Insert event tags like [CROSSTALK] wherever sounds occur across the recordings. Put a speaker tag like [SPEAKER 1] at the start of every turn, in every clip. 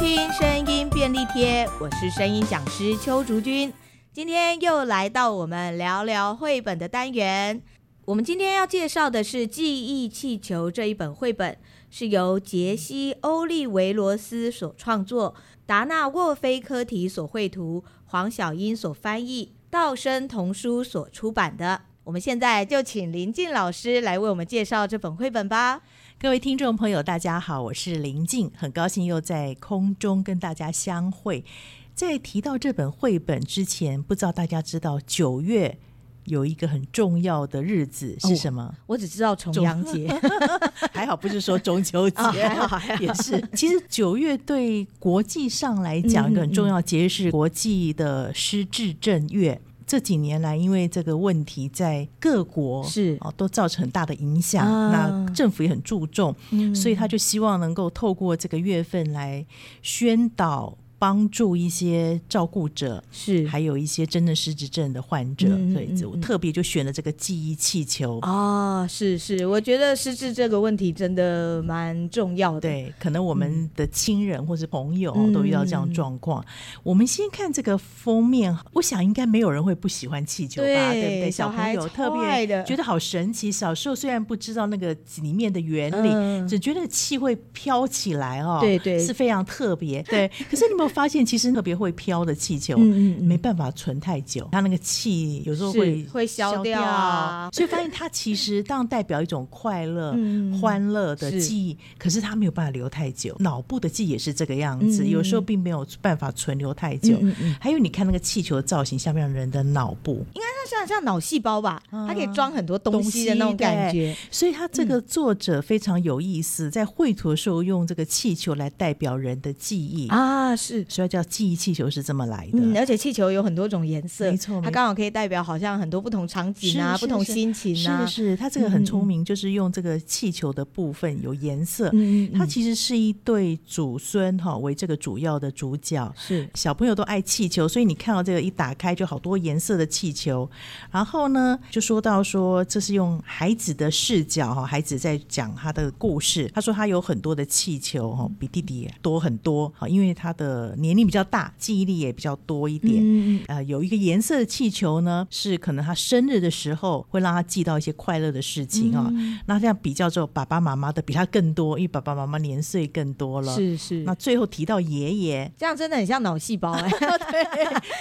[SPEAKER 1] 听《声音便利贴》，我是声音讲师邱竹君。今天又来到我们聊聊绘本的单元。我们今天要介绍的是《记忆气球》这一本绘本，是由杰西·欧利维罗斯所创作，达纳沃菲科提所绘图，黄小英所翻译，道生童书所出版的。我们现在就请林静老师来为我们介绍这本绘本吧。
[SPEAKER 2] 各位听众朋友，大家好，我是林静，很高兴又在空中跟大家相会。在提到这本绘本之前，不知道大家知道九月有一个很重要的日子是什么？
[SPEAKER 1] 我只知道 [LAUGHS] 重阳节，
[SPEAKER 2] 哦 [LAUGHS] 还好不是说中秋 [LAUGHS] 节，
[SPEAKER 1] 啊还好还好
[SPEAKER 2] 也是。其实九月对国际上来讲，
[SPEAKER 1] 嗯
[SPEAKER 2] 一个很重要的节日是国际的失智症月。这几年来，因为这个问题在各国
[SPEAKER 1] [LAUGHS] 是
[SPEAKER 2] 哦都造成很大的影响，
[SPEAKER 1] 啊
[SPEAKER 2] 那政府也很注重，
[SPEAKER 1] 嗯
[SPEAKER 2] 所以他就希望能够透过这个月份来宣导。帮助一些照顾者，
[SPEAKER 1] 是
[SPEAKER 2] 还有一些真正失智症的患者，
[SPEAKER 1] 嗯嗯
[SPEAKER 2] 所以我
[SPEAKER 1] 嗯嗯
[SPEAKER 2] 特别就选了这个记忆气球
[SPEAKER 1] 啊、是是，我觉得失智这个问题真的蛮重要的。，
[SPEAKER 2] 对，可能我们的亲人或是朋友
[SPEAKER 1] 嗯
[SPEAKER 2] 都遇到这样的状况。我们先看这个封面，我想应该没有人会不喜欢气球吧？
[SPEAKER 1] 对
[SPEAKER 2] 对不对？
[SPEAKER 1] 小
[SPEAKER 2] 小
[SPEAKER 1] 孩
[SPEAKER 2] 朋友特
[SPEAKER 1] 超爱
[SPEAKER 2] 别
[SPEAKER 1] 的
[SPEAKER 2] 觉得好神奇。小时候虽然不知道那个里面的原理，
[SPEAKER 1] 嗯
[SPEAKER 2] 只觉得气会飘起来哦，
[SPEAKER 1] 对对
[SPEAKER 2] 是非常特别。对，可是你有没有发现，其实特别会飘的气球，
[SPEAKER 1] 嗯嗯嗯
[SPEAKER 2] 没办法存太久，它那个气有时候
[SPEAKER 1] 是
[SPEAKER 2] 会
[SPEAKER 1] 会消
[SPEAKER 2] 消
[SPEAKER 1] 掉啊
[SPEAKER 2] 所以发现它其实当然代表一种快乐、
[SPEAKER 1] [LAUGHS] 嗯
[SPEAKER 2] 欢乐的
[SPEAKER 1] 是
[SPEAKER 2] 记忆，可是它没有办法留太久。脑部的记忆也是这个样子，
[SPEAKER 1] 嗯
[SPEAKER 2] 有时候并没有办法存留太久。
[SPEAKER 1] 嗯嗯嗯
[SPEAKER 2] 还有，你看那个气球的造型，像不像人的脑部？
[SPEAKER 1] 那像像脑细胞吧，它可以
[SPEAKER 2] 嗯
[SPEAKER 1] 装很多东西的那种
[SPEAKER 2] 东西
[SPEAKER 1] 感觉。
[SPEAKER 2] 所以他这
[SPEAKER 1] 嗯
[SPEAKER 2] 个作者非常有意思，在绘图的时候用这个气球来代表人的记忆，
[SPEAKER 1] 啊，是。
[SPEAKER 2] 所以叫记忆气球是这么来的。
[SPEAKER 1] 嗯，而且气球有很多种颜色，
[SPEAKER 2] 没错没
[SPEAKER 1] 它
[SPEAKER 2] 错
[SPEAKER 1] 刚好可以代表好像很多不同场景啊、
[SPEAKER 2] 是是
[SPEAKER 1] 不同
[SPEAKER 2] 是
[SPEAKER 1] 心情
[SPEAKER 2] 是
[SPEAKER 1] 啊。
[SPEAKER 2] 的是，他这个很聪明，就是用这个气球的部分有颜色，
[SPEAKER 1] 嗯嗯嗯
[SPEAKER 2] 它其实是一对祖孙哈为这个主要的主角。
[SPEAKER 1] 是
[SPEAKER 2] 小朋友都爱气球，所以你看到这个一打开就好多颜色的气球。然后呢，就说到说这是用孩子的视角哈，孩子在讲他的故事。他说他有很多的气球哈，比弟弟多很多哈，因为他的年龄比较大，记忆力也比较多一点。
[SPEAKER 1] 嗯嗯
[SPEAKER 2] 呃，有一个颜色的气球呢，是可能他生日的时候会让他记到一些快乐的事
[SPEAKER 1] 嗯
[SPEAKER 2] 情啊、那这样比较之后，爸爸妈妈的比他更多，因为爸爸妈妈年岁更多了。
[SPEAKER 1] 是是
[SPEAKER 2] 啊那，最后提到爷爷，
[SPEAKER 1] 这样真的很像脑细
[SPEAKER 2] [LAUGHS]
[SPEAKER 1] 胞哎、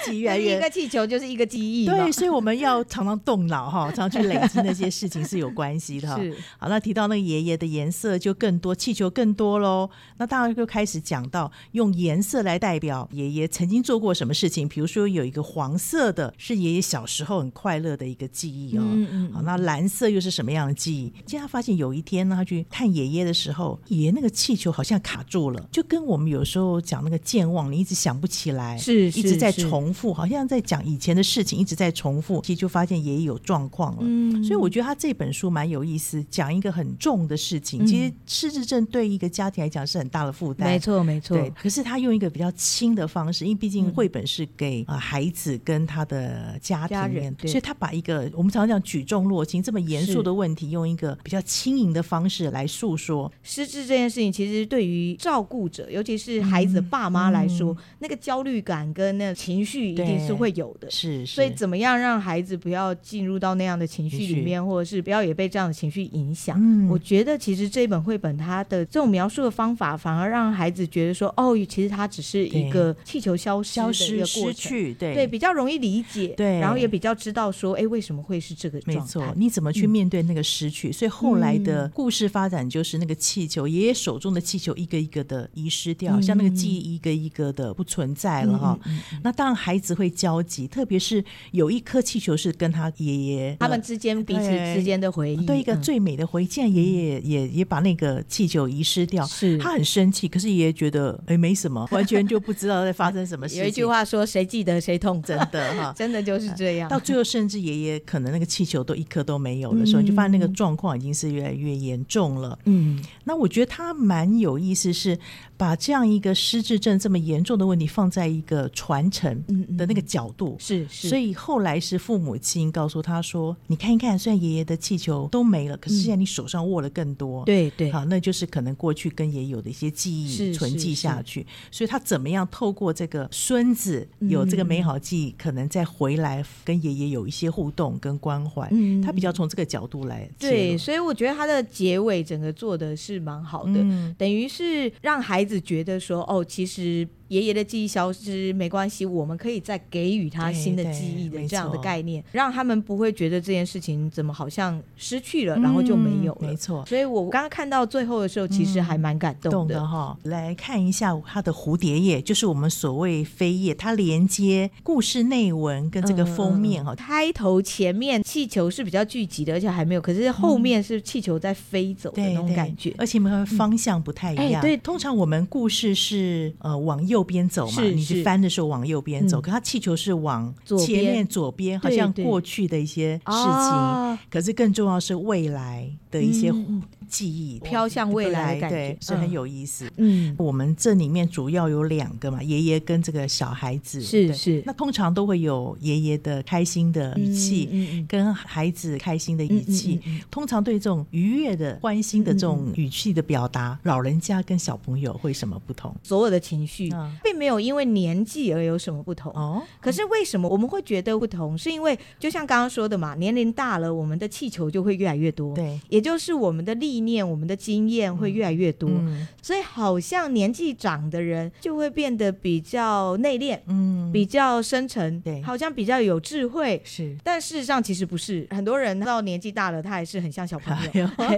[SPEAKER 2] 记忆
[SPEAKER 1] 就
[SPEAKER 2] 越来
[SPEAKER 1] 是一
[SPEAKER 2] 越
[SPEAKER 1] 个气球就是一个记忆嘛。
[SPEAKER 2] 对，所以我们要常常动脑哈，常常去累积那些事情是有关系的
[SPEAKER 1] [LAUGHS]
[SPEAKER 2] 哈。
[SPEAKER 1] 是
[SPEAKER 2] 好，那提到那个爷爷的颜色就更多，气球更多喽。那当然就开始讲到用颜色来代表爷爷曾经做过什么事情，比如说有一个黄色的是爷爷小时候很快乐的一个记忆哦。
[SPEAKER 1] 嗯嗯
[SPEAKER 2] 好，那蓝色又是什么样的记忆？结果他发现有一天呢，他去看爷爷的时候，爷爷那个气球好像卡住了，就跟我们有时候讲那个健忘，你一直想不起来，
[SPEAKER 1] 是
[SPEAKER 2] 一
[SPEAKER 1] 是
[SPEAKER 2] 直在
[SPEAKER 1] 是
[SPEAKER 2] 重复，好像在讲以前的事情，一直在重复，其实就发现爷爷有状况了。
[SPEAKER 1] 嗯
[SPEAKER 2] 所以我觉得他这本书蛮有意思，讲一个很重的事情。其实失智症对一个家庭来讲是很大的负
[SPEAKER 1] 嗯
[SPEAKER 2] 担，
[SPEAKER 1] 没。错没错，
[SPEAKER 2] 对，可是他用一个比较轻的方式，因为毕
[SPEAKER 1] 嗯
[SPEAKER 2] 竟绘本是给啊、呃孩子跟他的家
[SPEAKER 1] 家
[SPEAKER 2] 庭
[SPEAKER 1] 人
[SPEAKER 2] 面，
[SPEAKER 1] 对
[SPEAKER 2] 所以他把一个我们常常讲举重若轻这么严
[SPEAKER 1] 是
[SPEAKER 2] 肃的问题，用一个比较轻盈的方式来诉说。
[SPEAKER 1] 失智这件事情，其实对于照顾者，尤其是孩
[SPEAKER 2] 嗯
[SPEAKER 1] 子的爸妈来说，那个焦虑感跟那个情绪一定是会有的。
[SPEAKER 2] 是，是
[SPEAKER 1] 所以怎么样让孩子不要进入到那样的情绪里面，或者是不要也被这样的情绪影响？
[SPEAKER 2] 嗯
[SPEAKER 1] 我觉得其实这本绘本它的这种描述的方法，反而让孩子觉得说，哦，其实它只是一个气球消失
[SPEAKER 2] 消
[SPEAKER 1] 的一
[SPEAKER 2] 失
[SPEAKER 1] 个过
[SPEAKER 2] 失
[SPEAKER 1] 程，
[SPEAKER 2] 去，对
[SPEAKER 1] 对，比较容易理解，
[SPEAKER 2] 对
[SPEAKER 1] 然后也比较知道说，哎，为什么会是这个
[SPEAKER 2] 没
[SPEAKER 1] 状
[SPEAKER 2] 错
[SPEAKER 1] 态，？嗯
[SPEAKER 2] 你怎么去面对那个失去？所以后来的故事发展就是那个气球，爷爷手中的气球一个一个的遗失掉，
[SPEAKER 1] 嗯
[SPEAKER 2] 像那个记忆一个一个的不存在了哈、那当然孩子会焦急，特别是有一颗气球是跟他爷爷
[SPEAKER 1] 他们。之间彼此
[SPEAKER 2] 对
[SPEAKER 1] 之间的回忆，
[SPEAKER 2] 对一个
[SPEAKER 1] 嗯
[SPEAKER 2] 最美的回忆，竟然爷爷也也把那个气球遗失掉，
[SPEAKER 1] 是
[SPEAKER 2] 他很生气，可是爷爷觉得哎没什么，完全圈就不知道在发生什么事情。
[SPEAKER 1] 有一句话说：“谁记得谁痛。”，
[SPEAKER 2] 真的哈
[SPEAKER 1] [LAUGHS] 真的就是这样。
[SPEAKER 2] 到最后甚至爷爷可能那个气球都一颗都没有的时候，你就发现那个状况已经是越来越严重了。
[SPEAKER 1] 嗯，
[SPEAKER 2] 那我觉得他蛮有意思，是把这样一个失智症这么严重的问题放在一个传承的那个角度。
[SPEAKER 1] 是嗯是，
[SPEAKER 2] 所
[SPEAKER 1] 以
[SPEAKER 2] 以后来是父母亲告诉他说：“你看一看，虽然爷爷的气球都没了，可是现在你手上握了更多。
[SPEAKER 1] 对对，
[SPEAKER 2] 好，那就是可能过去跟爷爷有的一些记
[SPEAKER 1] 是
[SPEAKER 2] 忆存
[SPEAKER 1] 是
[SPEAKER 2] 记下
[SPEAKER 1] 是
[SPEAKER 2] 去，所以他怎么样透过这个孙子
[SPEAKER 1] 嗯
[SPEAKER 2] 有这个美好记忆，可能再回来跟爷爷有一些互动跟关怀，
[SPEAKER 1] 嗯
[SPEAKER 2] 他比较从这个角度来
[SPEAKER 1] 对，
[SPEAKER 2] 切入
[SPEAKER 1] 所以我觉得他的结尾整个做的是蛮好的，
[SPEAKER 2] 嗯
[SPEAKER 1] 等于是让孩子觉得说，哦，其实爷爷的记忆消失没关系，我们可以再给予他
[SPEAKER 2] 对
[SPEAKER 1] 新的
[SPEAKER 2] 对
[SPEAKER 1] 记忆的
[SPEAKER 2] 没
[SPEAKER 1] 这样的
[SPEAKER 2] 错
[SPEAKER 1] 概念，让他们不会觉得这件事情怎么好像失去了，然后就没有
[SPEAKER 2] 嗯
[SPEAKER 1] 了
[SPEAKER 2] 没。错。
[SPEAKER 1] 所以我刚刚看到最后的时候，其实还蛮感动
[SPEAKER 2] 懂
[SPEAKER 1] 的。
[SPEAKER 2] 的哈，来看一下它的蝴蝶叶，就是我们所谓飞叶，它连接故事内文跟这
[SPEAKER 1] 嗯
[SPEAKER 2] 个封面哈，
[SPEAKER 1] 开头前面气球是比较聚集的，而且还没有，可是后面是气球在飞走的
[SPEAKER 2] 对
[SPEAKER 1] 那种
[SPEAKER 2] 嗯对
[SPEAKER 1] 感觉。
[SPEAKER 2] 而且我们方向不太一
[SPEAKER 1] 哎
[SPEAKER 2] 样。
[SPEAKER 1] 对
[SPEAKER 2] 通常我们故事是呃往右边走嘛，
[SPEAKER 1] 是
[SPEAKER 2] 你
[SPEAKER 1] 是
[SPEAKER 2] 去翻的时候往右边走，
[SPEAKER 1] 嗯
[SPEAKER 2] 可它气球是往
[SPEAKER 1] 左边
[SPEAKER 2] 前面左边，好
[SPEAKER 1] 对
[SPEAKER 2] 像
[SPEAKER 1] 对
[SPEAKER 2] 过去的一些事情。
[SPEAKER 1] 啊
[SPEAKER 2] 可是更重要是未来的一些
[SPEAKER 1] 嗯嗯
[SPEAKER 2] 记忆
[SPEAKER 1] 飘向未来的感觉
[SPEAKER 2] 对所以很
[SPEAKER 1] 嗯
[SPEAKER 2] 有意思。
[SPEAKER 1] 嗯，
[SPEAKER 2] 我们这里面主要有两个嘛，爷爷跟这个小孩子
[SPEAKER 1] 是
[SPEAKER 2] 对
[SPEAKER 1] 是
[SPEAKER 2] 那通常都会有爷爷的开心的语气，
[SPEAKER 1] 嗯嗯嗯
[SPEAKER 2] 跟孩子开心的语气。
[SPEAKER 1] 嗯嗯嗯
[SPEAKER 2] 通常对这种愉悦的、欢欣的这种语气的表达，老人家跟小朋友会什么不同？
[SPEAKER 1] 所有的情绪，
[SPEAKER 2] 嗯
[SPEAKER 1] 并没有因为年纪而有什么不同。
[SPEAKER 2] 哦，
[SPEAKER 1] 可是为什么我们会觉得不同？是因为就像刚刚说的嘛，年龄大了，我们的气球就会越来越多，
[SPEAKER 2] 对，
[SPEAKER 1] 也就是我们的历练、我们的经验会越来越多，
[SPEAKER 2] 嗯
[SPEAKER 1] 所以好像年纪长的人就会变得比较内敛、
[SPEAKER 2] 嗯，
[SPEAKER 1] 比较深沉，
[SPEAKER 2] 对
[SPEAKER 1] 好像比较有智慧。
[SPEAKER 2] 是。
[SPEAKER 1] 但事实上其实不是，很多人到年纪大了，他还是很像小朋友。
[SPEAKER 2] [LAUGHS] 哎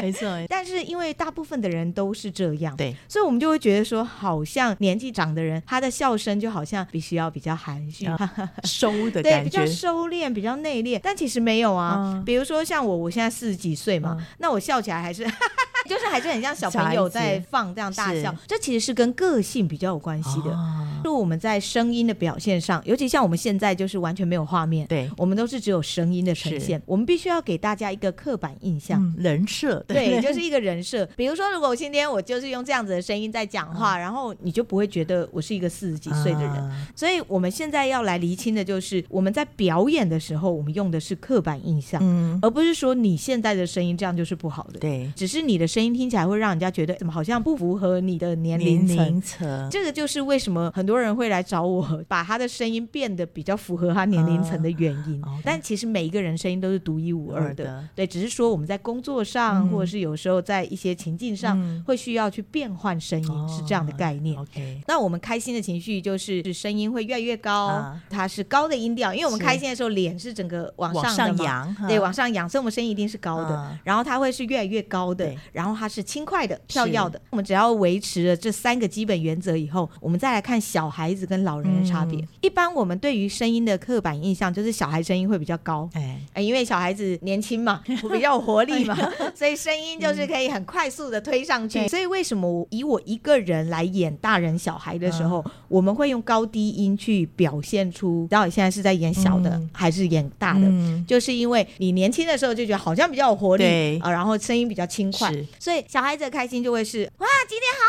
[SPEAKER 2] 没错，
[SPEAKER 1] [LAUGHS] 但是因为大部分的人都是这样，
[SPEAKER 2] [LAUGHS] 对，
[SPEAKER 1] 所以我们就会觉得说，好像年纪长的人，他的笑声就好像必须要比较含蓄， [LAUGHS]
[SPEAKER 2] 啊收的
[SPEAKER 1] 对，
[SPEAKER 2] 感
[SPEAKER 1] 比
[SPEAKER 2] 觉
[SPEAKER 1] 较，收敛，比较内敛。但其实没有啊，
[SPEAKER 2] 嗯
[SPEAKER 1] 比如说像我，我现在四十几岁嘛，
[SPEAKER 2] 嗯
[SPEAKER 1] 那我笑起来还是。 [LAUGHS] 就是还是很像小朋
[SPEAKER 2] [LAUGHS]
[SPEAKER 1] 友
[SPEAKER 2] 小孩
[SPEAKER 1] 在
[SPEAKER 2] 子
[SPEAKER 1] 放这样大
[SPEAKER 2] 是
[SPEAKER 1] 笑，这其实是跟个性比较有关系的。
[SPEAKER 2] 啊
[SPEAKER 1] 就我们在声音的表现上，尤其像我们现在就是完全没有画面，
[SPEAKER 2] 对，
[SPEAKER 1] 我们都是只有声音的呈
[SPEAKER 2] 是
[SPEAKER 1] 现，我们必须要给大家一个刻板印象。
[SPEAKER 2] 嗯，人设，
[SPEAKER 1] 对，就是一个人设。比如说，如果我今天我就是用这样子的声音在讲话，然后你就不会觉得我是一个四十几岁的人。
[SPEAKER 2] 嗯啊
[SPEAKER 1] 所以我们现在要来厘清的就是，我们在表演的时候，我们用的是刻板印象，
[SPEAKER 2] 嗯，
[SPEAKER 1] 而不是说你现在的声音这样就是不好的。
[SPEAKER 2] 对，
[SPEAKER 1] 只是你的声音听起来会让人家觉得怎么好像不符合你的年龄
[SPEAKER 2] 年
[SPEAKER 1] 层。
[SPEAKER 2] 龄层，
[SPEAKER 1] 这个就是为什么很多人会来找我，把他的声音变得比较符合他年龄层的原因。
[SPEAKER 2] 啊，OK
[SPEAKER 1] 但其实每一个人声音都是独一无二的，
[SPEAKER 2] 独二的
[SPEAKER 1] 对，只是说我们在工作上，
[SPEAKER 2] 嗯
[SPEAKER 1] 或者是有时候在一些情境上，
[SPEAKER 2] 嗯
[SPEAKER 1] 会需要去变换声音，
[SPEAKER 2] 哦
[SPEAKER 1] 是这样的概念。
[SPEAKER 2] OK，
[SPEAKER 1] 那我们开心的情绪就是是声音会越来越高，
[SPEAKER 2] 啊
[SPEAKER 1] 它是高的音调，因为我们
[SPEAKER 2] 是
[SPEAKER 1] 开心的时候脸是整个往
[SPEAKER 2] 往
[SPEAKER 1] 的
[SPEAKER 2] 上
[SPEAKER 1] 嘛，
[SPEAKER 2] 扬，哈
[SPEAKER 1] 对，往上扬，所以我们声音一定是高的。
[SPEAKER 2] 啊
[SPEAKER 1] 然后它会是越来越高的
[SPEAKER 2] 对，
[SPEAKER 1] 然后它是轻快的、跳跃的。我们只要维持了这三个基本原则以后，我们再来看小孩子跟老人的差别。
[SPEAKER 2] 嗯
[SPEAKER 1] 一般我们对于声音的刻板印象就是小孩声音会比较高。
[SPEAKER 2] 哎，
[SPEAKER 1] 哎，因为小孩子年轻 [LAUGHS] 嘛，比较有活力 [LAUGHS] 嘛，所以声音就是可以很快速的推上去。
[SPEAKER 2] 对
[SPEAKER 1] 嗯所以为什么我以我一个人来演大人小孩的时候，我们会用高低音去表现出到底现在是在演小的、
[SPEAKER 2] 嗯
[SPEAKER 1] 还是演大的？
[SPEAKER 2] 嗯
[SPEAKER 1] 就是因为你年轻的时候就觉得好像比较有活力
[SPEAKER 2] 对
[SPEAKER 1] 啊、然后声音比较轻快
[SPEAKER 2] 是，
[SPEAKER 1] 所以小孩子的开心就会是哇，今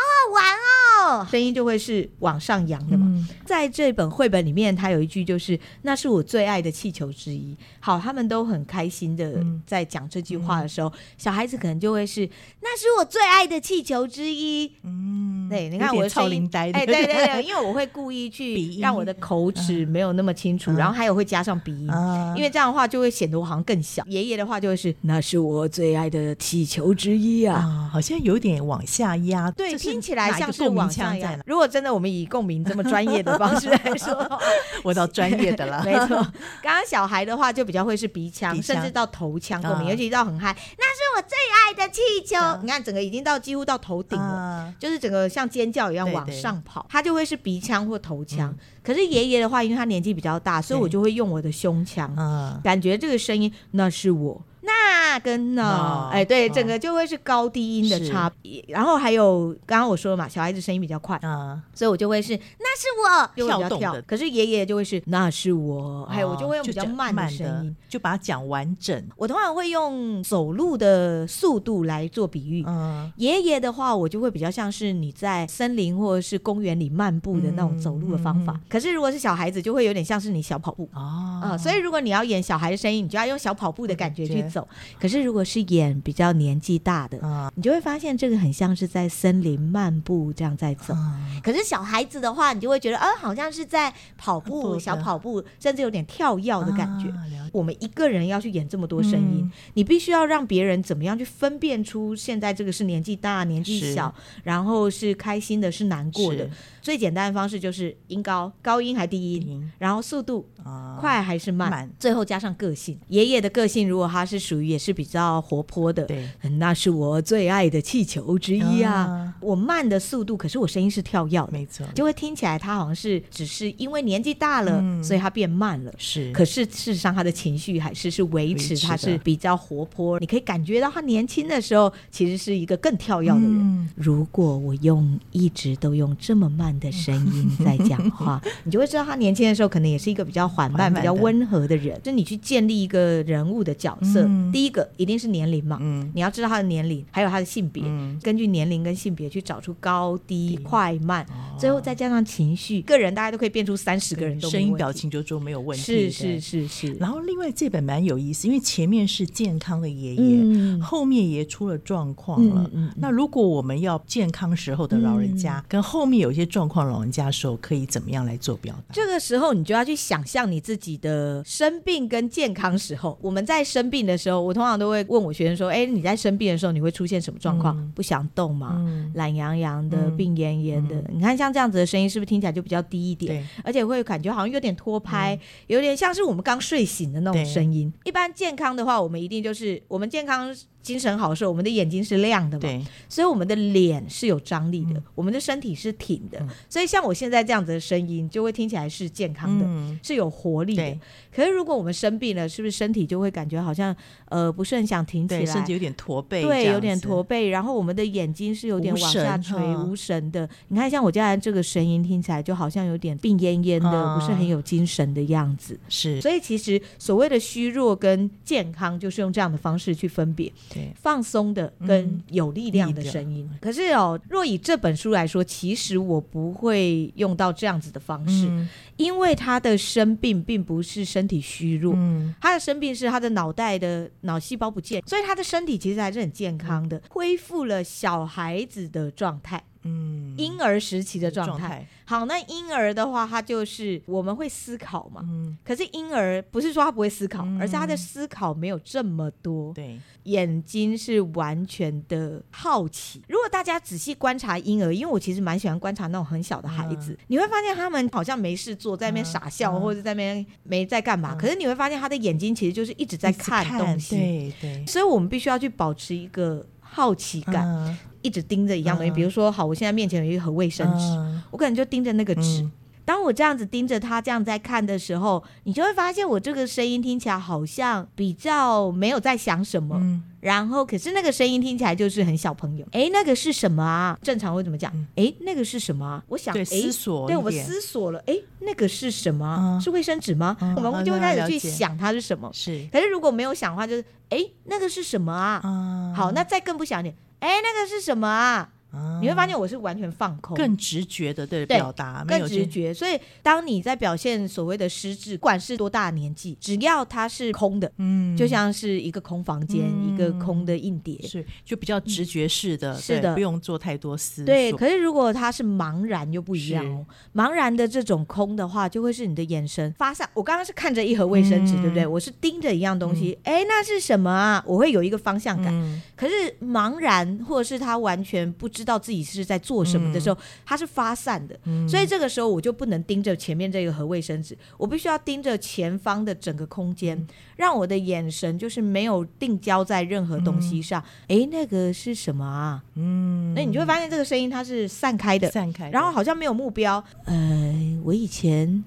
[SPEAKER 1] 天好好玩哦，声音就会是往上扬的嘛。
[SPEAKER 2] 嗯
[SPEAKER 1] 在这本绘本里面，它有一句就是“那是我最爱的气球之一”。好，他们都很开心的
[SPEAKER 2] 嗯
[SPEAKER 1] 在讲这句话的时候，小孩子可能就会是“那是我最爱的气球之一”。
[SPEAKER 2] 嗯
[SPEAKER 1] 对，你
[SPEAKER 2] 有
[SPEAKER 1] 看我
[SPEAKER 2] 点
[SPEAKER 1] 的
[SPEAKER 2] 超
[SPEAKER 1] 声音
[SPEAKER 2] 龄，呆的，
[SPEAKER 1] 哎，对对
[SPEAKER 2] [LAUGHS]
[SPEAKER 1] 对，因为我会故意
[SPEAKER 2] 鼻
[SPEAKER 1] 去
[SPEAKER 2] 音
[SPEAKER 1] 让我的口齿没有那么清楚，
[SPEAKER 2] 嗯
[SPEAKER 1] 然后还有会加上鼻音。
[SPEAKER 2] 啊，
[SPEAKER 1] 因为这样的话就会显得我好像更小。爷爷的话就会是，那是我最爱的气球之一啊。
[SPEAKER 2] 啊，好像有点往下压，
[SPEAKER 1] 对，
[SPEAKER 2] 这是
[SPEAKER 1] 听起来
[SPEAKER 2] 哪一个
[SPEAKER 1] 像是
[SPEAKER 2] 共鸣
[SPEAKER 1] 往
[SPEAKER 2] 腔
[SPEAKER 1] 上
[SPEAKER 2] 在
[SPEAKER 1] 扬
[SPEAKER 2] 哪。？
[SPEAKER 1] 如果真的我们以共鸣这么专业的方
[SPEAKER 2] [LAUGHS]
[SPEAKER 1] 式来说的话，
[SPEAKER 2] 我到专业的了，
[SPEAKER 1] [LAUGHS] 没
[SPEAKER 2] [LAUGHS]
[SPEAKER 1] 错，刚刚小孩的话就比较会是鼻腔，
[SPEAKER 2] 鼻腔
[SPEAKER 1] 甚至到头腔共鸣，
[SPEAKER 2] 啊
[SPEAKER 1] 尤其到很嗨，那是我最爱的气球。
[SPEAKER 2] 啊
[SPEAKER 1] 你看，整个已经到几乎到头顶了。
[SPEAKER 2] 啊，
[SPEAKER 1] 就是整个像尖叫一样
[SPEAKER 2] 对
[SPEAKER 1] 往
[SPEAKER 2] 对
[SPEAKER 1] 上跑，它就会是鼻腔或头腔。可是爷爷的话，因为他年纪比较大，所以
[SPEAKER 2] 对
[SPEAKER 1] 我就会用我的胸腔，
[SPEAKER 2] 啊，
[SPEAKER 1] 感觉这个声音那是我，那那跟呢
[SPEAKER 2] 哦，
[SPEAKER 1] 哎，对，
[SPEAKER 2] 哦
[SPEAKER 1] 整个就会是高低音的
[SPEAKER 2] 是
[SPEAKER 1] 差别。然后还有刚刚我说了嘛，小孩子声音比较快，
[SPEAKER 2] 啊，
[SPEAKER 1] 所以我就会是那是我，就会比
[SPEAKER 2] 跳
[SPEAKER 1] 较
[SPEAKER 2] 动
[SPEAKER 1] 跳
[SPEAKER 2] 的。啊
[SPEAKER 1] 可是爷爷就会是那是我，还有哎我就会用比较
[SPEAKER 2] 哦讲
[SPEAKER 1] 慢的声音。，
[SPEAKER 2] 就把它讲完整。
[SPEAKER 1] 我通常会用走路的速度来做比喻。
[SPEAKER 2] 嗯，
[SPEAKER 1] 爷爷的话，我就会比较像是你在森林或者是公园里漫步的那种走路的方法。
[SPEAKER 2] 嗯嗯
[SPEAKER 1] 可是如果是小孩子，就会有点像是你小跑步。
[SPEAKER 2] 哦
[SPEAKER 1] 啊、所以如果你要演小孩的声音，你就要用小跑步的感觉
[SPEAKER 2] 嗯
[SPEAKER 1] 去
[SPEAKER 2] 觉
[SPEAKER 1] 走。可是如果是演比较年纪大的，
[SPEAKER 2] 啊
[SPEAKER 1] 你就会发现这个很像是在森林漫步这样在走。
[SPEAKER 2] 啊，
[SPEAKER 1] 可是小孩子的话，你就会觉得，呃，好像是在跑
[SPEAKER 2] 跑步
[SPEAKER 1] 步、
[SPEAKER 2] 的
[SPEAKER 1] 小跑步，甚至有点跳跃的感觉。
[SPEAKER 2] 啊了解
[SPEAKER 1] 我们一个人要去演这么多声音，
[SPEAKER 2] 嗯
[SPEAKER 1] 你必须要让别人怎么样去分辨出现在这个是年纪大、年纪
[SPEAKER 2] 是
[SPEAKER 1] 小，然后是开心的、是难过的
[SPEAKER 2] 是。
[SPEAKER 1] 最简单的方式就是音高，高音还低音，
[SPEAKER 2] 音
[SPEAKER 1] 然后速度
[SPEAKER 2] 啊，
[SPEAKER 1] 快还是慢，
[SPEAKER 2] 慢
[SPEAKER 1] 最后加上个性。爷爷的个性，如果他是属于也是比较活泼的，
[SPEAKER 2] 对
[SPEAKER 1] 嗯那是我最爱的气球之一啊。
[SPEAKER 2] 啊
[SPEAKER 1] 我慢的速度，可是我声音是跳跃的，
[SPEAKER 2] 没错，
[SPEAKER 1] 就会听起来他好像是只是因为年纪大了，
[SPEAKER 2] 嗯
[SPEAKER 1] 所以他变慢了。
[SPEAKER 2] 是
[SPEAKER 1] 可是事实上，他的情绪还是是维持，
[SPEAKER 2] 维持的
[SPEAKER 1] 他是比较活泼，你可以感觉到他年轻的时候其实是一个更跳跃的人。
[SPEAKER 2] 嗯
[SPEAKER 1] 如果我用一直都用这么慢的声音在讲话， [LAUGHS] 你就会知道他年轻的时候可能也是一个比较缓慢、
[SPEAKER 2] 缓慢的
[SPEAKER 1] 比较温和的人。就是你去建立一个人物的角色，
[SPEAKER 2] 嗯
[SPEAKER 1] 第一个一定是年龄嘛，
[SPEAKER 2] 嗯
[SPEAKER 1] 你要知道他的年龄，还有他的性别，
[SPEAKER 2] 嗯
[SPEAKER 1] 根据年龄跟性别去找出高低、哦
[SPEAKER 2] 低
[SPEAKER 1] 快慢，最后再加上情绪，个人大家都可以变出三十个人都没
[SPEAKER 2] 声音
[SPEAKER 1] 问
[SPEAKER 2] 表
[SPEAKER 1] 题
[SPEAKER 2] 情就说没有问题，
[SPEAKER 1] 是是
[SPEAKER 2] 对
[SPEAKER 1] 是是，
[SPEAKER 2] 然后另外这本蛮有意思，因为前面是健康的爷爷，
[SPEAKER 1] 嗯
[SPEAKER 2] 后面也出了状况
[SPEAKER 1] 嗯
[SPEAKER 2] 了
[SPEAKER 1] 嗯。嗯
[SPEAKER 2] 那如果我们要健康时候的老人家，跟后面有一些状况老人家的时候，可以怎么样来做表达？
[SPEAKER 1] 这个时候，你就要去想象你自己的生病跟健康时候。我们在生病的时候，我通常都会问我学生说：“哎，你在生病的时候，你会出现什么状况？不想动嘛，
[SPEAKER 2] 嗯
[SPEAKER 1] 懒洋洋的，
[SPEAKER 2] 嗯
[SPEAKER 1] 病恹恹的。你看像这样子的声音，是不是听起来就比较低一点？
[SPEAKER 2] 对，嗯
[SPEAKER 1] 而且会感觉好像有点拖拍，有点像是我们刚睡醒的那种
[SPEAKER 2] 对
[SPEAKER 1] 声音。一般健康的话，我们一定就是我们健康。”精神好的时候，我们的眼睛是亮的嘛，
[SPEAKER 2] 对，
[SPEAKER 1] 所以我们的脸是有张力的，
[SPEAKER 2] 嗯
[SPEAKER 1] 我们的身体是挺的，所以像我现在这样子的声音，就会听起来是健康的。
[SPEAKER 2] 嗯，
[SPEAKER 1] 是有活力的
[SPEAKER 2] 对，
[SPEAKER 1] 可是如果我们生病了，是不是身体就会感觉好像呃不是很想挺起
[SPEAKER 2] 对，甚
[SPEAKER 1] 来
[SPEAKER 2] 至？有点驼背，
[SPEAKER 1] 对，有点驼，背，然后我们的眼睛是有点
[SPEAKER 2] 无
[SPEAKER 1] 往下
[SPEAKER 2] 神
[SPEAKER 1] 垂、
[SPEAKER 2] 嗯
[SPEAKER 1] 无神的。你看，像我家人这个声音，听起来就好像有点病恹恹的，
[SPEAKER 2] 嗯
[SPEAKER 1] 不是很有精神的样子。
[SPEAKER 2] 是，
[SPEAKER 1] 所以，其实所谓的虚弱跟健康，就是用这样的方式去分别。
[SPEAKER 2] 对，
[SPEAKER 1] 放松的
[SPEAKER 2] 嗯
[SPEAKER 1] 跟有力量的声音。可是哦，若以这本书来说，其实我不会用到这样子的方式，
[SPEAKER 2] 嗯
[SPEAKER 1] 因为他的生病并不是身体虚弱。
[SPEAKER 2] 嗯，
[SPEAKER 1] 他的生病是他的脑袋的脑细胞不见，所以他的身体其实还是很健康的，恢复了小孩子的状态，
[SPEAKER 2] 嗯，
[SPEAKER 1] 婴儿时期的状
[SPEAKER 2] 状
[SPEAKER 1] 态。，好，那婴儿的话，他就是我们会思考嘛，
[SPEAKER 2] 嗯，
[SPEAKER 1] 可是婴儿不是说他不会思考，
[SPEAKER 2] 嗯
[SPEAKER 1] 而是他的思考没有这么多。
[SPEAKER 2] 对，
[SPEAKER 1] 眼睛是完全的好奇。如果大家仔细观察婴儿，因为我其实蛮喜欢观察那种很小的孩子，你会发现他们好像没事做，在那边傻笑，
[SPEAKER 2] 嗯
[SPEAKER 1] 或者在那边没在干嘛。
[SPEAKER 2] 嗯
[SPEAKER 1] 可是你会发现他的眼睛其实就是一直在
[SPEAKER 2] 一直
[SPEAKER 1] 看东西，
[SPEAKER 2] 对对，
[SPEAKER 1] 所以我们必须要去保持一个好奇感，
[SPEAKER 2] 嗯
[SPEAKER 1] 一直盯着一样东西。
[SPEAKER 2] 嗯
[SPEAKER 1] 比如说，好，我现在面前有一盒卫生纸，
[SPEAKER 2] 嗯
[SPEAKER 1] 我可能就盯着那个纸。
[SPEAKER 2] 嗯
[SPEAKER 1] 当我这样子盯着他这样在看的时候，你就会发现我这个声音听起来好像比较没有在想什么，
[SPEAKER 2] 嗯
[SPEAKER 1] 然后可是那个声音听起来就是很小朋友。诶，那个是什么啊？正常会怎么讲？诶，那个是什么啊？我想，
[SPEAKER 2] 嗯对，
[SPEAKER 1] 诶
[SPEAKER 2] 思，索
[SPEAKER 1] 对
[SPEAKER 2] 一点，
[SPEAKER 1] 我思索了，诶，那个是什么啊？
[SPEAKER 2] 嗯
[SPEAKER 1] 是卫生纸吗？
[SPEAKER 2] 嗯
[SPEAKER 1] 我们
[SPEAKER 2] 嗯
[SPEAKER 1] 就会开始
[SPEAKER 2] 了
[SPEAKER 1] 去
[SPEAKER 2] 解
[SPEAKER 1] 想它是什么。
[SPEAKER 2] 是
[SPEAKER 1] 可是如果没有想的话，就是诶，那个是什么啊？
[SPEAKER 2] 啊，
[SPEAKER 1] 好，那再更不想一点，诶，那个是什么啊？
[SPEAKER 2] 啊
[SPEAKER 1] 你会发现我是完全放空，
[SPEAKER 2] 更直觉的对
[SPEAKER 1] 对
[SPEAKER 2] 表达，没
[SPEAKER 1] 更
[SPEAKER 2] 有
[SPEAKER 1] 直
[SPEAKER 2] 去
[SPEAKER 1] 觉。所以，当你在表现所谓的失智，不管是多大的年纪，只要它是空的，
[SPEAKER 2] 嗯，
[SPEAKER 1] 就像是一个空房间，
[SPEAKER 2] 嗯
[SPEAKER 1] 一个空的硬碟。
[SPEAKER 2] 是就比较直觉式的，
[SPEAKER 1] 嗯是
[SPEAKER 2] 对
[SPEAKER 1] 的
[SPEAKER 2] 不用做太多思索，
[SPEAKER 1] 对，可是如果它是茫然又不一样哦。茫然的这种空的话，就会是你的眼神发散。我刚刚是看着一盒卫生纸，
[SPEAKER 2] 嗯
[SPEAKER 1] 对不对？我是盯着一样东西，哎、那是什么啊？我会有一个方向感。
[SPEAKER 2] 嗯
[SPEAKER 1] 可是茫然，或者是他完全不知道自己是在做什么的时候，他是发散的。
[SPEAKER 2] 嗯
[SPEAKER 1] 所以这个时候我就不能盯着前面这个盒卫生纸，我必须要盯着前方的整个空间，让我的眼神就是没有定焦在任何东西上。诶，那个是什么啊？
[SPEAKER 2] 嗯，
[SPEAKER 1] 那你就会发现这个声音它是散开的，
[SPEAKER 2] 散开的，
[SPEAKER 1] 然后好像没有目标。呃，我以前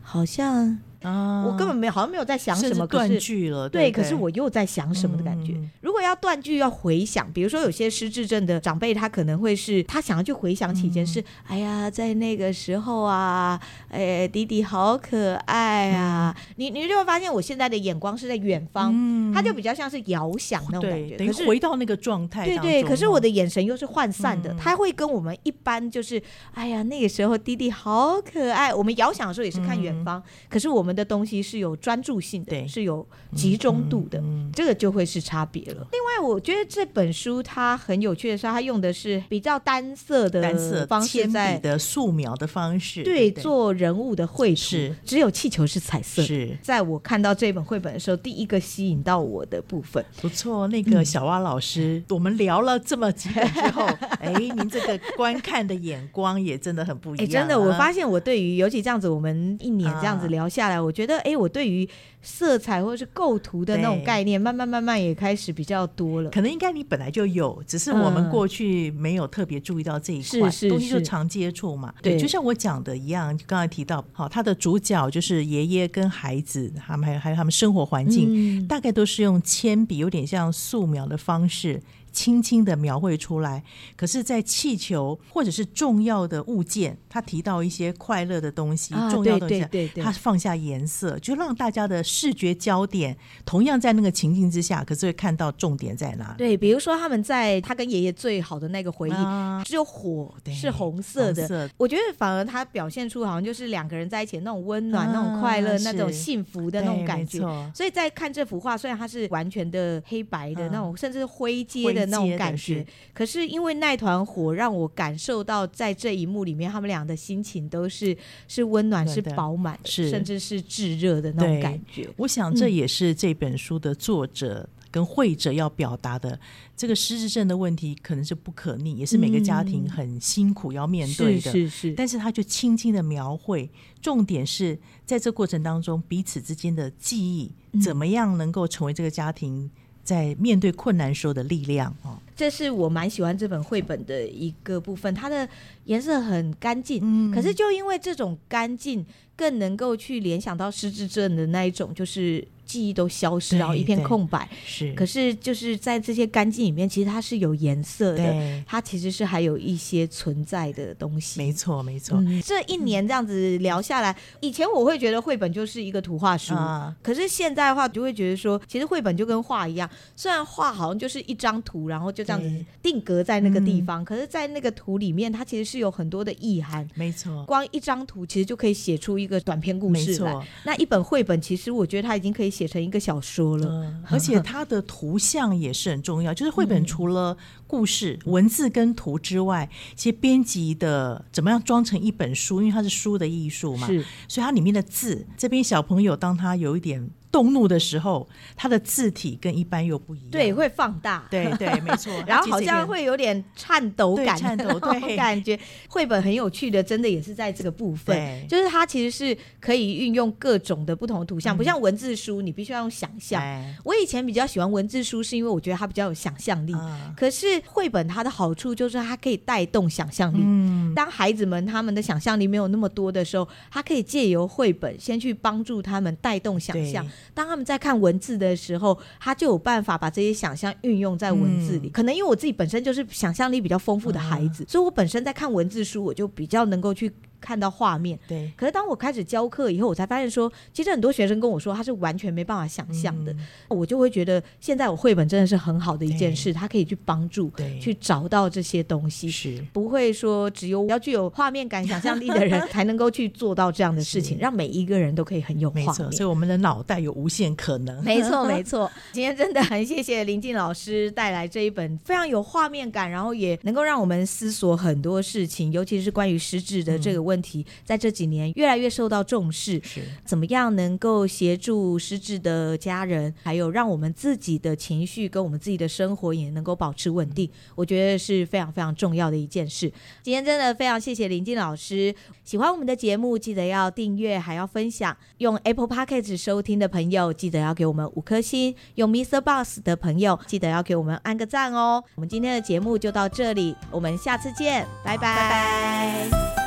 [SPEAKER 1] 好像
[SPEAKER 2] 啊
[SPEAKER 1] 我根本没有好像没有在想
[SPEAKER 2] 甚
[SPEAKER 1] 什
[SPEAKER 2] 至
[SPEAKER 1] 么，可
[SPEAKER 2] 断
[SPEAKER 1] 是
[SPEAKER 2] 句了，
[SPEAKER 1] 对，
[SPEAKER 2] 不
[SPEAKER 1] 可是我又在想什么的感觉。
[SPEAKER 2] 嗯
[SPEAKER 1] 如果要断句，要回想，比如说有些失智症的长辈，他可能会是他想要去回想起一件事，
[SPEAKER 2] 嗯
[SPEAKER 1] 哎呀，在那个时候啊，哎，弟弟好可爱啊，你你就会发现我现在的眼光是在远方，
[SPEAKER 2] 嗯哦
[SPEAKER 1] 他就比较像是遥想那种感
[SPEAKER 2] 对，
[SPEAKER 1] 觉，
[SPEAKER 2] 等于
[SPEAKER 1] 可是
[SPEAKER 2] 回到那个状态
[SPEAKER 1] 对
[SPEAKER 2] 当
[SPEAKER 1] 对，
[SPEAKER 2] 中
[SPEAKER 1] 可是我
[SPEAKER 2] 哦
[SPEAKER 1] 的眼神又是涣散的，
[SPEAKER 2] 嗯
[SPEAKER 1] 他会跟我们一般就是，哎呀，那个时候弟弟好可爱。我们遥想的时候也是看远方，可是我们的东西是有专注性的，
[SPEAKER 2] 对
[SPEAKER 1] 是有集中度的，
[SPEAKER 2] 嗯
[SPEAKER 1] 这个就会是差别了。另外，我觉得这本书它很有趣的是，它用的是比较单色的
[SPEAKER 2] 单色
[SPEAKER 1] 方式
[SPEAKER 2] 铅笔
[SPEAKER 1] 在
[SPEAKER 2] 的素描的方式，
[SPEAKER 1] 对
[SPEAKER 2] 不
[SPEAKER 1] 做人物的绘图，
[SPEAKER 2] 是
[SPEAKER 1] 只有气球是彩色的。
[SPEAKER 2] 是
[SPEAKER 1] 在我看到这本绘本的时候，第一个吸引到我的部分，
[SPEAKER 2] 不错。那
[SPEAKER 1] 嗯
[SPEAKER 2] 个小蛙老师，我们聊了这么几本之
[SPEAKER 1] [LAUGHS]
[SPEAKER 2] 后，哎，您这个观看的眼光也真的很不一
[SPEAKER 1] 哎、
[SPEAKER 2] 样
[SPEAKER 1] 真
[SPEAKER 2] 啊。
[SPEAKER 1] 的，我发现我对于尤其这样子，我们一年这样子
[SPEAKER 2] 啊
[SPEAKER 1] 聊下来，我觉得，哎、我对于色彩或者是构图的那种
[SPEAKER 2] 对
[SPEAKER 1] 概念，慢慢慢慢也开始比较多了。
[SPEAKER 2] 可能应该你本来就有，只是我们
[SPEAKER 1] 嗯
[SPEAKER 2] 过去没有特别注意到这一
[SPEAKER 1] 是
[SPEAKER 2] 块、
[SPEAKER 1] 是
[SPEAKER 2] 东西，就是常接触嘛。
[SPEAKER 1] 对
[SPEAKER 2] 就像我讲的一样，刚才提到，好，它的主角就是爷爷跟孩子，他们还有还有他们生活环境，
[SPEAKER 1] 嗯，
[SPEAKER 2] 大概都是用铅笔，有点像素描的方式。轻轻的描绘出来，可是，在气球或者是重要的物件，他提到一些快乐的东西、
[SPEAKER 1] 啊，
[SPEAKER 2] 重要
[SPEAKER 1] 对
[SPEAKER 2] 的东西，
[SPEAKER 1] 对对对
[SPEAKER 2] 它，放下颜色，就让大家的视觉焦点同样在那个情境之下，可是会看到重点在哪里。
[SPEAKER 1] 对，比如说他们在他跟爷爷最好的那个回忆，
[SPEAKER 2] 啊
[SPEAKER 1] 只有火
[SPEAKER 2] 对
[SPEAKER 1] 是红色的
[SPEAKER 2] 红。色
[SPEAKER 1] 我觉得反而他表现出好像就是两个人在一起那种温暖、
[SPEAKER 2] 啊
[SPEAKER 1] 那种快乐、
[SPEAKER 2] 是
[SPEAKER 1] 那种幸福的
[SPEAKER 2] 对
[SPEAKER 1] 那种感觉
[SPEAKER 2] 没。错
[SPEAKER 1] 所以在看这幅画，虽然它是完全的黑白的
[SPEAKER 2] 嗯
[SPEAKER 1] 那种，甚至是灰阶的那种感
[SPEAKER 2] 灰
[SPEAKER 1] 觉
[SPEAKER 2] 阶的，
[SPEAKER 1] 可是因为那团火，让我感受到在这一幕里面，他们俩的心情都是是温暖、
[SPEAKER 2] 暖
[SPEAKER 1] 是
[SPEAKER 2] 的
[SPEAKER 1] 饱满的，
[SPEAKER 2] 是
[SPEAKER 1] 甚至是炙热的那种
[SPEAKER 2] 对
[SPEAKER 1] 感觉。
[SPEAKER 2] 我想这也是这本书的作者跟绘者要表达的。这个失智症的问题可能是不可逆，也是每个家庭很辛苦要面对
[SPEAKER 1] 是
[SPEAKER 2] 的。
[SPEAKER 1] 是是，
[SPEAKER 2] 但是他就轻轻的描绘，重点是在这过程当中彼此之间的记
[SPEAKER 1] 嗯
[SPEAKER 2] 忆，怎么样能够成为这个家庭在面对困难时候的力量哦。
[SPEAKER 1] 这是我蛮喜欢这本绘本的一个部分，它的颜色很干净，
[SPEAKER 2] 嗯
[SPEAKER 1] 可是就因为这种干净，更能够去联想到失智症的那一种，就是记忆都消失，
[SPEAKER 2] 对
[SPEAKER 1] 然后一片
[SPEAKER 2] 对
[SPEAKER 1] 空白。
[SPEAKER 2] 是，
[SPEAKER 1] 可是就是在这些干净里面，其实它是有颜色的，
[SPEAKER 2] 对，
[SPEAKER 1] 它其实是还有一些存在的东西。
[SPEAKER 2] 没错，没错。
[SPEAKER 1] 嗯这一年这样子聊下来，以前我会觉得绘本就是一个图画书，
[SPEAKER 2] 啊，
[SPEAKER 1] 可是现在的话，就会觉得说，其实绘本就跟画一样，虽然画好像就是一张图，然后就这样子
[SPEAKER 2] 对嗯
[SPEAKER 1] 定格在那个地方，可是，在那个图里面，它其实是有很多的意涵。
[SPEAKER 2] 没错，
[SPEAKER 1] 光一张图其实就可以写出一个短篇故
[SPEAKER 2] 没
[SPEAKER 1] 事来。
[SPEAKER 2] 错。
[SPEAKER 1] 那一本绘本，其实我觉得它已经可以写成一个小说了。
[SPEAKER 2] 嗯，而且它的图像也是很重要。就是绘
[SPEAKER 1] 嗯
[SPEAKER 2] 本除了故事、文字跟图之外，其实编辑的怎么样装成一本书，因为它是书的艺术嘛，
[SPEAKER 1] 是
[SPEAKER 2] 所以它里面的字，这边小朋友当他有一点动怒的时候，他的字体跟一般又不一样。
[SPEAKER 1] 对，会放大，
[SPEAKER 2] 对对，没
[SPEAKER 1] [LAUGHS]。
[SPEAKER 2] 错
[SPEAKER 1] 然后好像会有点颤抖感，
[SPEAKER 2] 对
[SPEAKER 1] [LAUGHS]
[SPEAKER 2] 颤抖
[SPEAKER 1] 那种
[SPEAKER 2] 对
[SPEAKER 1] 感觉。绘本很有趣的，真的也是在这个部分
[SPEAKER 2] 对，
[SPEAKER 1] 就是它其实是可以运用各种的不同的图
[SPEAKER 2] 嗯
[SPEAKER 1] 像，不像文字书，你必须要用想象。
[SPEAKER 2] 讲
[SPEAKER 1] 我以前比较喜欢文字书，是因为我觉得它比较有想象力。
[SPEAKER 2] 啊，
[SPEAKER 1] 可是绘本它的好处就是它可以带动想象力。
[SPEAKER 2] 嗯，
[SPEAKER 1] 当孩子们他们的想象力没有那么多的时候，他可以借由绘本先去帮助他们带动想
[SPEAKER 2] 对
[SPEAKER 1] 象。当他们在看文字的时候，他就有办法把这些想象运用在文字
[SPEAKER 2] 嗯
[SPEAKER 1] 里。可能因为我自己本身就是想象力比较丰富的孩子，所以我本身在看文字书，我就比较能够去看到画面。
[SPEAKER 2] 对，
[SPEAKER 1] 可是当我开始教课以后，我才发现说，其实很多学生跟我说他是完全没办法想象
[SPEAKER 2] 嗯
[SPEAKER 1] 的，我就会觉得现在我绘本真的是很好的一件事，它可以去帮助
[SPEAKER 2] 对
[SPEAKER 1] 去找到这些东西。
[SPEAKER 2] 是
[SPEAKER 1] 不会说只有要具有画面感、想象力的人才能够去做到这样的事情，让每一个人都可以很有
[SPEAKER 2] 没
[SPEAKER 1] 画
[SPEAKER 2] 错。
[SPEAKER 1] 面。 [LAUGHS]
[SPEAKER 2] 所以我们的脑袋有无限可能。
[SPEAKER 1] 没错，没错。今天真的很谢谢林静老师带来这一本非常有画面感，然后也能够让我们思索很多事情，尤其是关于失智的这个问题，在这几年越来越受到重视。
[SPEAKER 2] 是
[SPEAKER 1] 怎么样能够协助失智的家人，还有让我们自己的情绪跟我们自己的生活也能够保持稳定，我觉得是非常非常重要的一件事。今天真的非常谢谢林静老师，喜欢我们的节目，记得要订阅，还要分享。用 Apple Podcast 收听的朋友，记得要给我们五颗星；用 Mr. Boss 的朋友，记得要给我们按个赞哦。我们今天的节目就到这里，我们下次见，拜拜